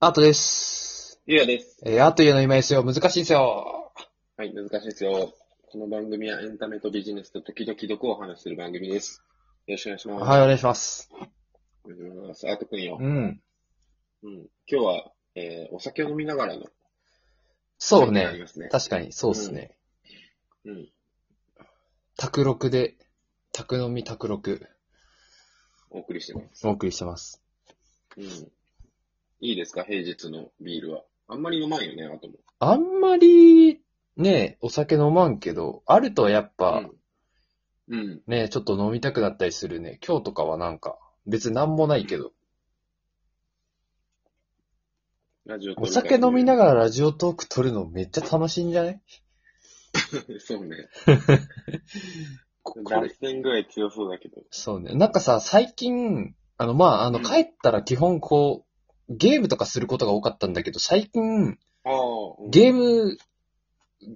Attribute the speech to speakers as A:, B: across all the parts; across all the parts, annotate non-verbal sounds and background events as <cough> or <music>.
A: アートです。
B: ゆうやです。
A: えーアートいうの今ですよ。難しいんですよ。
B: はい、難しいですよ。この番組はエンタメとビジネスと時々どこをお話しする番組です。よろしくお願いします。
A: はい、お願いします。
B: お願いします。あとくんよ
A: う。ん。
B: うん。今日は、えー、お酒を飲みながらの。
A: そう
B: 会になり
A: ね。
B: ますね。
A: 確かに、そうですね。
B: うん。
A: 宅録で、宅飲み宅録、
B: お送りしてます。
A: お送りしてます。
B: うん。いいですか平日のビールは。あんまり飲まんよね、あとも。
A: あんまり、ね、お酒飲まんけど、あるとやっぱ、
B: うん。うん。
A: ね、ちょっと飲みたくなったりするね。今日とかはなんか、別になんもないけど。
B: ラジオ
A: お酒飲みなが
B: ら。 <laughs>
A: らラジオトーク撮るのめっちゃ楽しいんじゃない
B: そうね。
A: ここ
B: 脱
A: れ。
B: 線ぐらい強そうだけど。
A: そうね。なんかさ、最近、あの、まあ、あの、
B: うん
A: 帰ったら基本こう、ゲームとかすることが多かったんだけど、最近、
B: ああ、うん
A: ゲーム、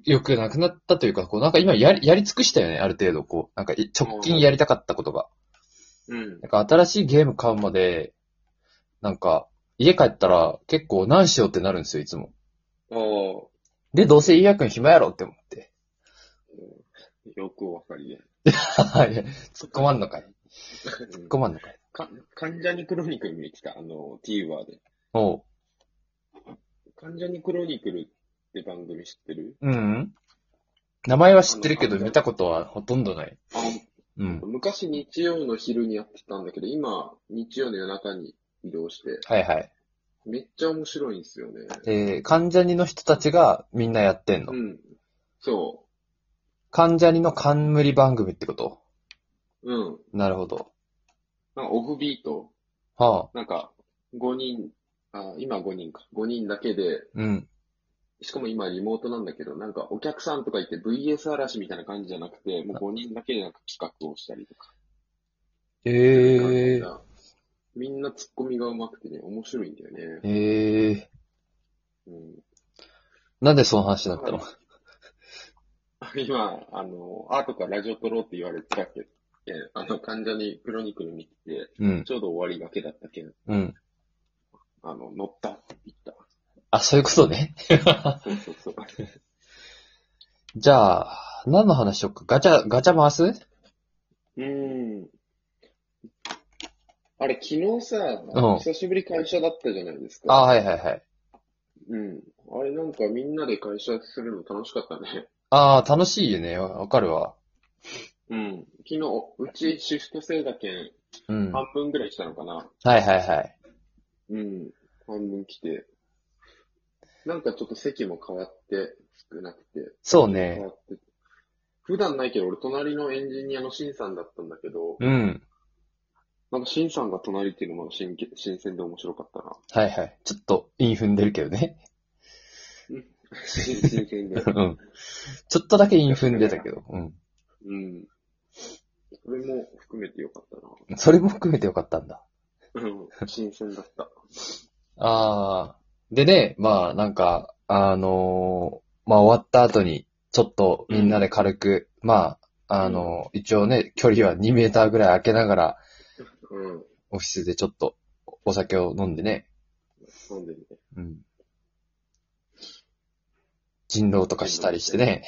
A: よくなくなったというか、こう、なんか今やり、やり尽くしたよね、ある程度、こう、なんかい直近やりたかったことが。
B: うん。
A: なんか新しいゲーム買うまで、なんか、家帰ったら結構何しようってなるんですよ、いつも。
B: ああ、う
A: で、どうせイヤ君暇やろって思って。 <laughs>
B: んよくお分かりで。
A: はい。突っ込まんのかい。
B: うん
A: 突っ込まんのかい。
B: か、関ジャニクロニクル見てきた、あの、TVer で。
A: おう。
B: 関ジャニクロニクルって番組知ってる
A: うん、うん。名前は知ってるけど、見たことはほとんどない。
B: あ
A: うん。
B: 昔日曜の昼にやってたんだけど、今、日曜の夜中に移動して、
A: はいはい。
B: めっちゃ面白いんですよね。
A: えー、関ジャニの人たちがみんなやってんの。
B: うん。そ
A: 関ジャニの冠番組ってこと
B: う。うん。
A: なるほど。
B: なんかオフビート。
A: はあ、
B: なんか、5人、あ、今5人か。5人だけで、
A: うん。
B: しかも今リモートなんだけど、なんかお客さんとか言って VS 嵐みたいな感じじゃなくて、もう5人だけでなんか企画をしたりとか。
A: えー、
B: みんなツッコミが上手くてね、面白いんだよね。
A: えー、
B: うん、
A: なんでその話になったの、
B: 今、あの、アートからラジオ撮ろうって言われてたけど、えあの、患者にクロニクル見て
A: うん
B: て、、ちょうど終わりがけだったけど、
A: うん。
B: あの、乗ったって言った。
A: あ、そういうことね。
B: そうそうそう。
A: じゃあ、何の話しよっか。ガチャ、ガチャ回す
B: うん。あれ、昨日さ、
A: うん
B: 久しぶり会社だったじゃないです
A: あ、
B: か。
A: はいはいはい。
B: うん。あれ、なんかみんなで会社するの楽しかったね。
A: ああ、楽しいよね。わかるわ。
B: うん。昨日、うちシフト制だけん、
A: うん。は
B: 半分ぐらいしたのかな。
A: いはいはい。
B: うん、半分来て。なんかちょっと席も変わって、少なくて、
A: そう
B: 変
A: ね。
B: わって。普段ないけど、俺隣のエンジニアのシンさんだったんだけど、
A: うん。
B: なんかシンさんが隣っていうのも新け新鮮で面白かったな。
A: はいはい。ちょっと、イン踏んでるけどね。 <laughs>
B: 新鮮
A: う。
B: で
A: <laughs> ん。ちょっとだけイン踏んでたけど。うん。
B: うん。それも含めてよかった
A: それも含めてよかったんだ。
B: な。うん、新鮮だった。
A: ああ。でね、まあなんか、あのーまあ終わった後に、ちょっとみんなで軽く、まあ、あのー一応ね、距離は2メーターぐらい開けながら、
B: うん、
A: オフィスでちょっとお酒を飲んでね、
B: 飲んでね。
A: うん。人狼とかしたりしてね。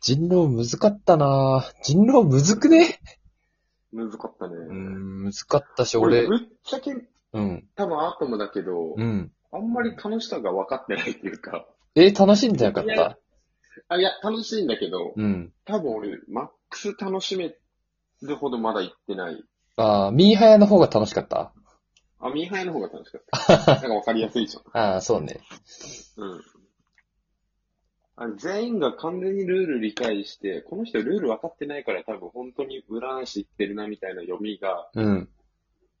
A: 人狼むずかったなぁ人狼むずくね
B: うん、難かったね。
A: うーん、むずかったし、
B: 俺、
A: 俺、
B: ぶっちゃけ、
A: うん、
B: 多分アートもだけど、
A: うん。
B: あんまり楽しさが分かってないっていうか、
A: えー楽しんでなかった
B: あ、いや、楽しいんだけど、
A: うん。
B: 多分俺、マックス楽しめるほどまだ行ってない。
A: ああ、ミーハヤの方が楽しかった
B: あ、ミーハヤの方が楽し
A: <laughs>
B: かった。なんか分かりやすいじゃ
A: ああ、そうね。
B: ん。うん。あれ、全員が完全にルール理解して、この人ルール分かってないから多分本当に裏足行ってるなみたいな読みが、
A: うん。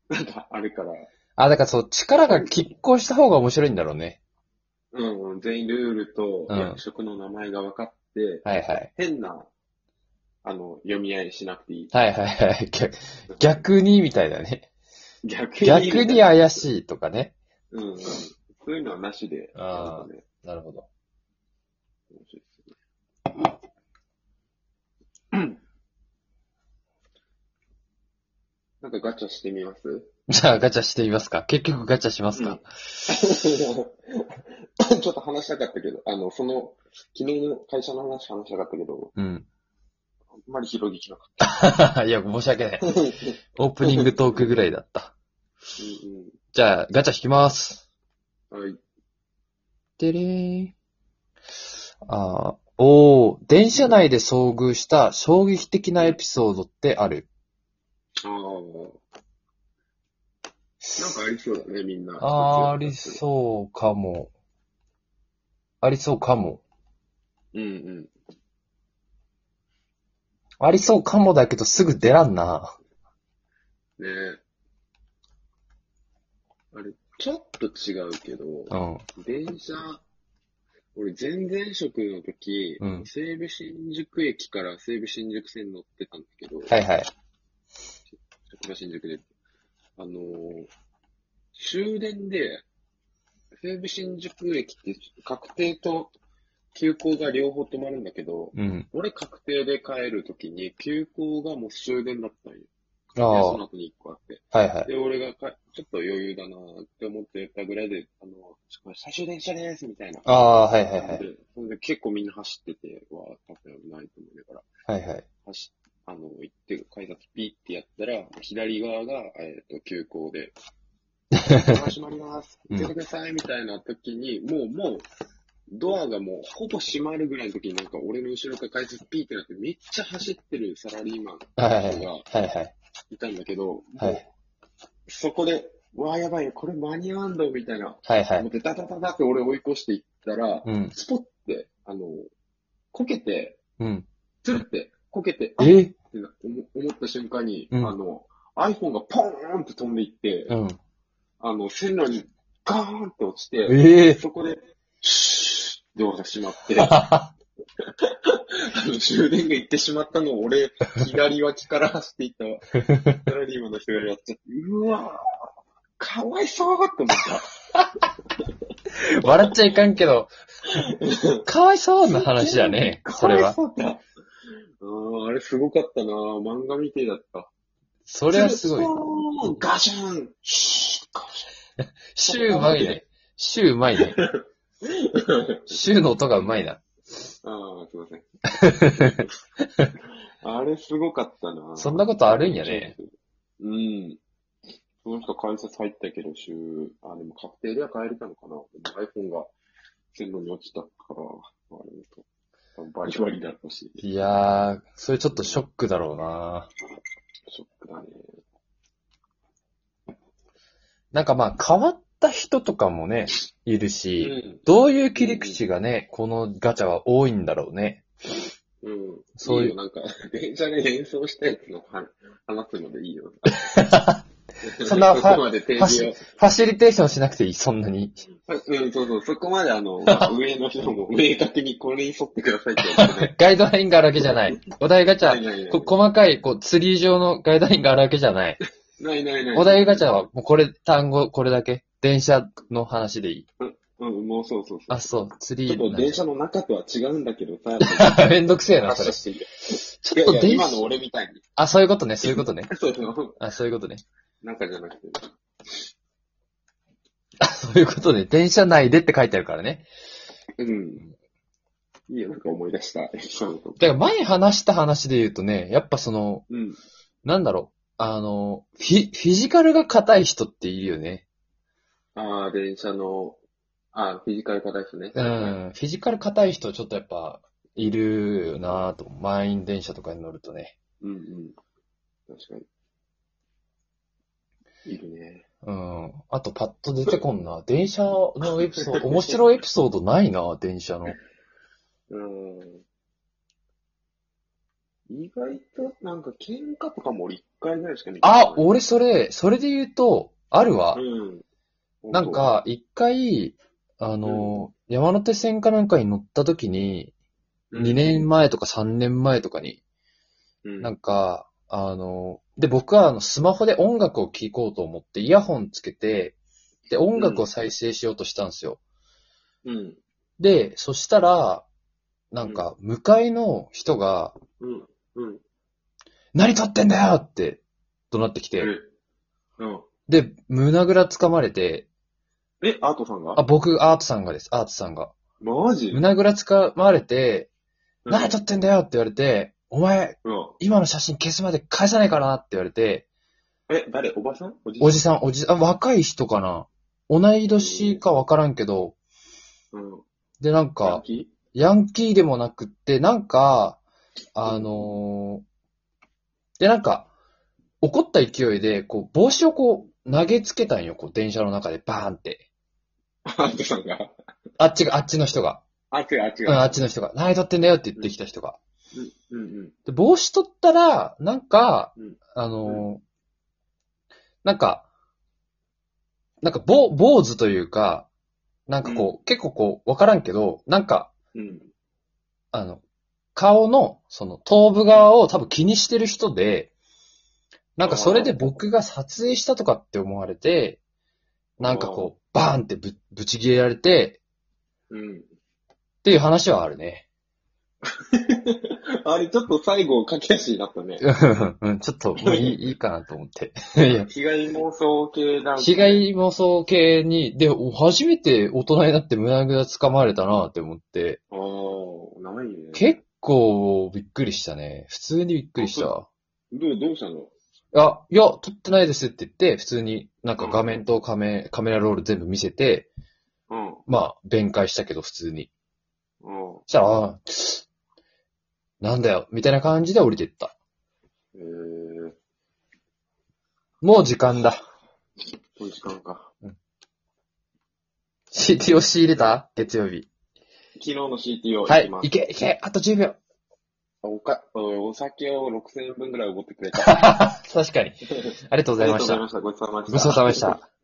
B: なんかあるから、
A: あ、だからそう、力が拮抗した方が面白いんだろうね。
B: うん、うん全員ルールと
A: うん
B: 役職の名前が分かって、
A: はいはい。
B: 変な、あの、読み合いしなくていい。
A: はいはいはい。逆逆に、みたいなね。
B: 逆に。
A: 逆に怪しいとかね。
B: うんうん。そういうのはなしで。
A: あー
B: なんかね
A: なるほど。
B: 面白いですよねなんかガチャしてみます
A: じゃあガチャしてみますか。結局ガチャします
B: うん
A: か。
B: <laughs> ちょっと話したかったけど、あの、その、昨日の会社の話話したかったけど、
A: うん。 <laughs>
B: あんまり広げきなかっ
A: いや、申し訳ない
B: た。。う
A: オープニングトークぐらいだった。
B: ん
A: じゃあ、ガチャ引きます。
B: うん。はい。
A: てれーん。あーおー、電車内で遭遇した衝撃的なエピソードってある。
B: ああ。なんかありそうだね、みんな。
A: ありそうかも。ありそうかも。
B: う。うんうん。
A: ありそうかもだけどすぐ出らんな。
B: ねえ。あれ、ちょっと違うけど、
A: うん。
B: 電車、俺前々職の時、
A: うん
B: 西武新宿駅から西武新宿線乗ってたんだけど、
A: はいはい。
B: 職場新宿で、あのー終電で、西武新宿駅って確定と急行が両方止まるんだけど、
A: うん。
B: 俺確定で帰るときに急行がもう終電だったんよ。
A: あ
B: で
A: あ、
B: そ
A: は
B: の後に一個あって。
A: いはい。
B: で、俺がか、ちょっと余裕だなって思ってたぐらいで、あの、ちょ最終電車ですみたいな。
A: ああ、はいはいはい。
B: でそれで結構みんな走ってて、わあ、多分ないと思いながら、
A: はいはい。
B: 走っ、あの、行って、改札ピーってやったら、左側が、えっ、と、急行で、閉まります。
A: うん
B: 出てください、みたいな時に、もう、もう、ドアがもう、ほぼ閉まるぐらいの時になんか、俺の後ろから改札ピーってなって、めっちゃ走ってるサラリーマン
A: はい
B: の人が
A: はいはい。
B: いたんだけど、
A: は
B: もう
A: い
B: そこで、わあ、やばい、これ間に合わんだ、みたいな。
A: はいは
B: 思
A: い
B: っ。て、ダダダダって俺追い越していったら、
A: うん。
B: スポって、あの、こけて、
A: うん。
B: つるって、こけて、あっ
A: え
B: てな思思った瞬間に、
A: うん
B: あの、iPhone がポーンって飛んでいって、
A: うん。
B: あの、線路にガーンって落ちて、
A: ええ
B: そこで、シューって音がし
A: <laughs>
B: まって、あ
A: ー。
B: の終電が行ってしまったのを俺、左脇から走っていった
A: <laughs>
B: サラリーマンの人がやっちゃって、うわぁ、かわいそうって思った。
A: 笑っちゃいかんけど、 <laughs> かわいそうな話だね、それは。
B: <laughs> かわいそうだ。うん、あれすごかったな漫画みてえだった。
A: それはすごい。
B: い。ガシャンシュッガ
A: シューうまいね。シューうまい <laughs> ね。
B: シャン
A: シューの音がうまいな。
B: ああ、すいません。
A: <laughs>
B: あれすごかったな
A: そんなことあるんやね。
B: うん。その人改札入ったけど、週、あ、でも確定では帰れたのかな。でも iPhone が線路に落ちたから、あれと。バリバリだったし。
A: いやー、それちょっとショックだろうな。
B: ショックだね。
A: なんかまあ変わった人とかもね、いるし、
B: ん。
A: どういう切り口がね、このガチャは多いんだろうね。
B: うん。
A: そういう
B: よなんか、 <laughs> 電車で演奏したやつの話話すのでいい
A: <laughs>
B: よ。
A: そんな
B: そこまで提示を。
A: ファシリテーションしなくていい、そんなに。
B: うん、そうそう、そこまであ
A: <laughs>
B: の、まあ上の人も明確にこれに沿ってくださいって言われて
A: ガイドラインがあるわけじゃない。お題ガチ
B: ない
A: ャ、
B: ないない。
A: こ細かい、こう、ツリー状のガイドラインがあるわけじゃない。
B: ないないない。
A: お題ガチャは、もうこれ、単語、これだけ。電車の話でいい。
B: うん、もうそうそうそう。
A: あ、そう、ツリ
B: ちょっと電
A: ー。
B: 車の中とは違うんだけど
A: <laughs>
B: さ、
A: めんどくせえな、それ
B: 話。してる。
A: ち
B: い
A: ょ
B: や
A: っと
B: いや、
A: 電車
B: 今、の俺みたいに。
A: あ、そういうことね、そういうことね。
B: そうそう。
A: あ、そういうことね。
B: 中じゃなくて。
A: そういうことね。電車内でって書いてあるからね。
B: うん。いいよ、なんか思い出した。そうそう。
A: だから前話した話で言うとね、やっぱその、
B: うん。
A: なんだろう。あの、フィ、フィジカルが硬い人っているよね。
B: ああ、電車の、ああ、フィジカル硬い人ね。
A: うん。フィジカル硬い人ちょっとやっぱ、いるよなぁと。満員電車とかに乗るとね。
B: うんうん。確かに。いるね。
A: うん。あとパッと出てこん <laughs> な。電車のエピソード、面白いエピソードないなぁ電車の。
B: うん。意外と、なんか喧嘩とかも俺一回ぐらいしか見
A: <laughs>
B: た
A: あ、
B: ことない。
A: 俺それ、それで言うと、あるわ。
B: うん。
A: なんか、一回、あの、山手線かなんかに乗った時に、
B: うん、
A: 2年前とか3年前とかに、
B: うん、
A: なんか、あの、で、僕はあのスマホで音楽を聴こうと思って、イヤホンつけて、で、音楽を再生しようとしたんですよ。
B: うん。
A: で、そしたら、なんか、向かいの人が、
B: うん。うん。
A: 何撮ってんだよって、怒鳴ってき
B: う
A: て、
B: ん。
A: で、胸ぐら掴まれて、
B: え、アートさんが
A: あ、僕、アートさんがです、アートさんが。
B: マジ
A: 胸ぐら掴まれて、
B: うん
A: 何撮ってんだよって言われて、お前、
B: うん。
A: 今の写真消すまで返さないからなって言われて、
B: え、誰おばさんおじ
A: おじさん、おじさん、あ若い人かな同い年かわからんけど、
B: うん。
A: で、なん
B: ヤン
A: か、
B: キ
A: ヤンキーでもなくって、なんか、あのーで、なんか、怒った勢いで、こう、帽子をこう、投げつけたんよ、こう、電車の中で、バーンって。
B: ー <laughs> アートさんが。
A: あっちが、あっちの人が。
B: あ、違う、あ、
A: う
B: 違う。
A: ん、あっちの人が。何撮ってんだよって言ってきた人が。
B: うん、うん、
A: で、帽子取ったら、なんか
B: うん、
A: あのーなんか、なんか、ぼ、坊主というか、なんかこう、結構こう、わからんけど、なんか、
B: うん。
A: あの、顔の、その、頭部側を多分気にしてる人で、なんかそれで僕が撮影したとかって思われて、なんかこう、バーンってぶ、ぶち切れられて、
B: うん。
A: っていう話はあるね。
B: あれ、ちょっと最後、駆け足になったね。
A: うんちょっと、もういい、いいかなと思って。いや、
B: 被害妄想系なん
A: 被害妄想系に、で、お初めて大人になって胸ぐらつかまれたなって思って、
B: ああ、ないね。
A: 結構びっくりしたね。普通にびっくりした。
B: どう、どうしたの
A: あ、いや、撮ってないですって言って、普通になんか画面とカメカメラロール全部見せて、
B: うん。
A: まあ、弁解したけど普通に。
B: うん。
A: そしたら、ああなんだよ、みたいな感じで降りてった。
B: えー、
A: もう時間だ。 <laughs>
B: この時間か。
A: CT を仕入れた月曜日。
B: 昨日の CT を
A: は
B: 行き
A: い
B: ま、す。
A: いけ、いけ、あと10秒。
B: おか、お酒を6000円分ぐらいおごってくれた。あ
A: 確かに。ありがとうございました。
B: りがとうございました。ごちそうさまでした。
A: ごちそうさまでした。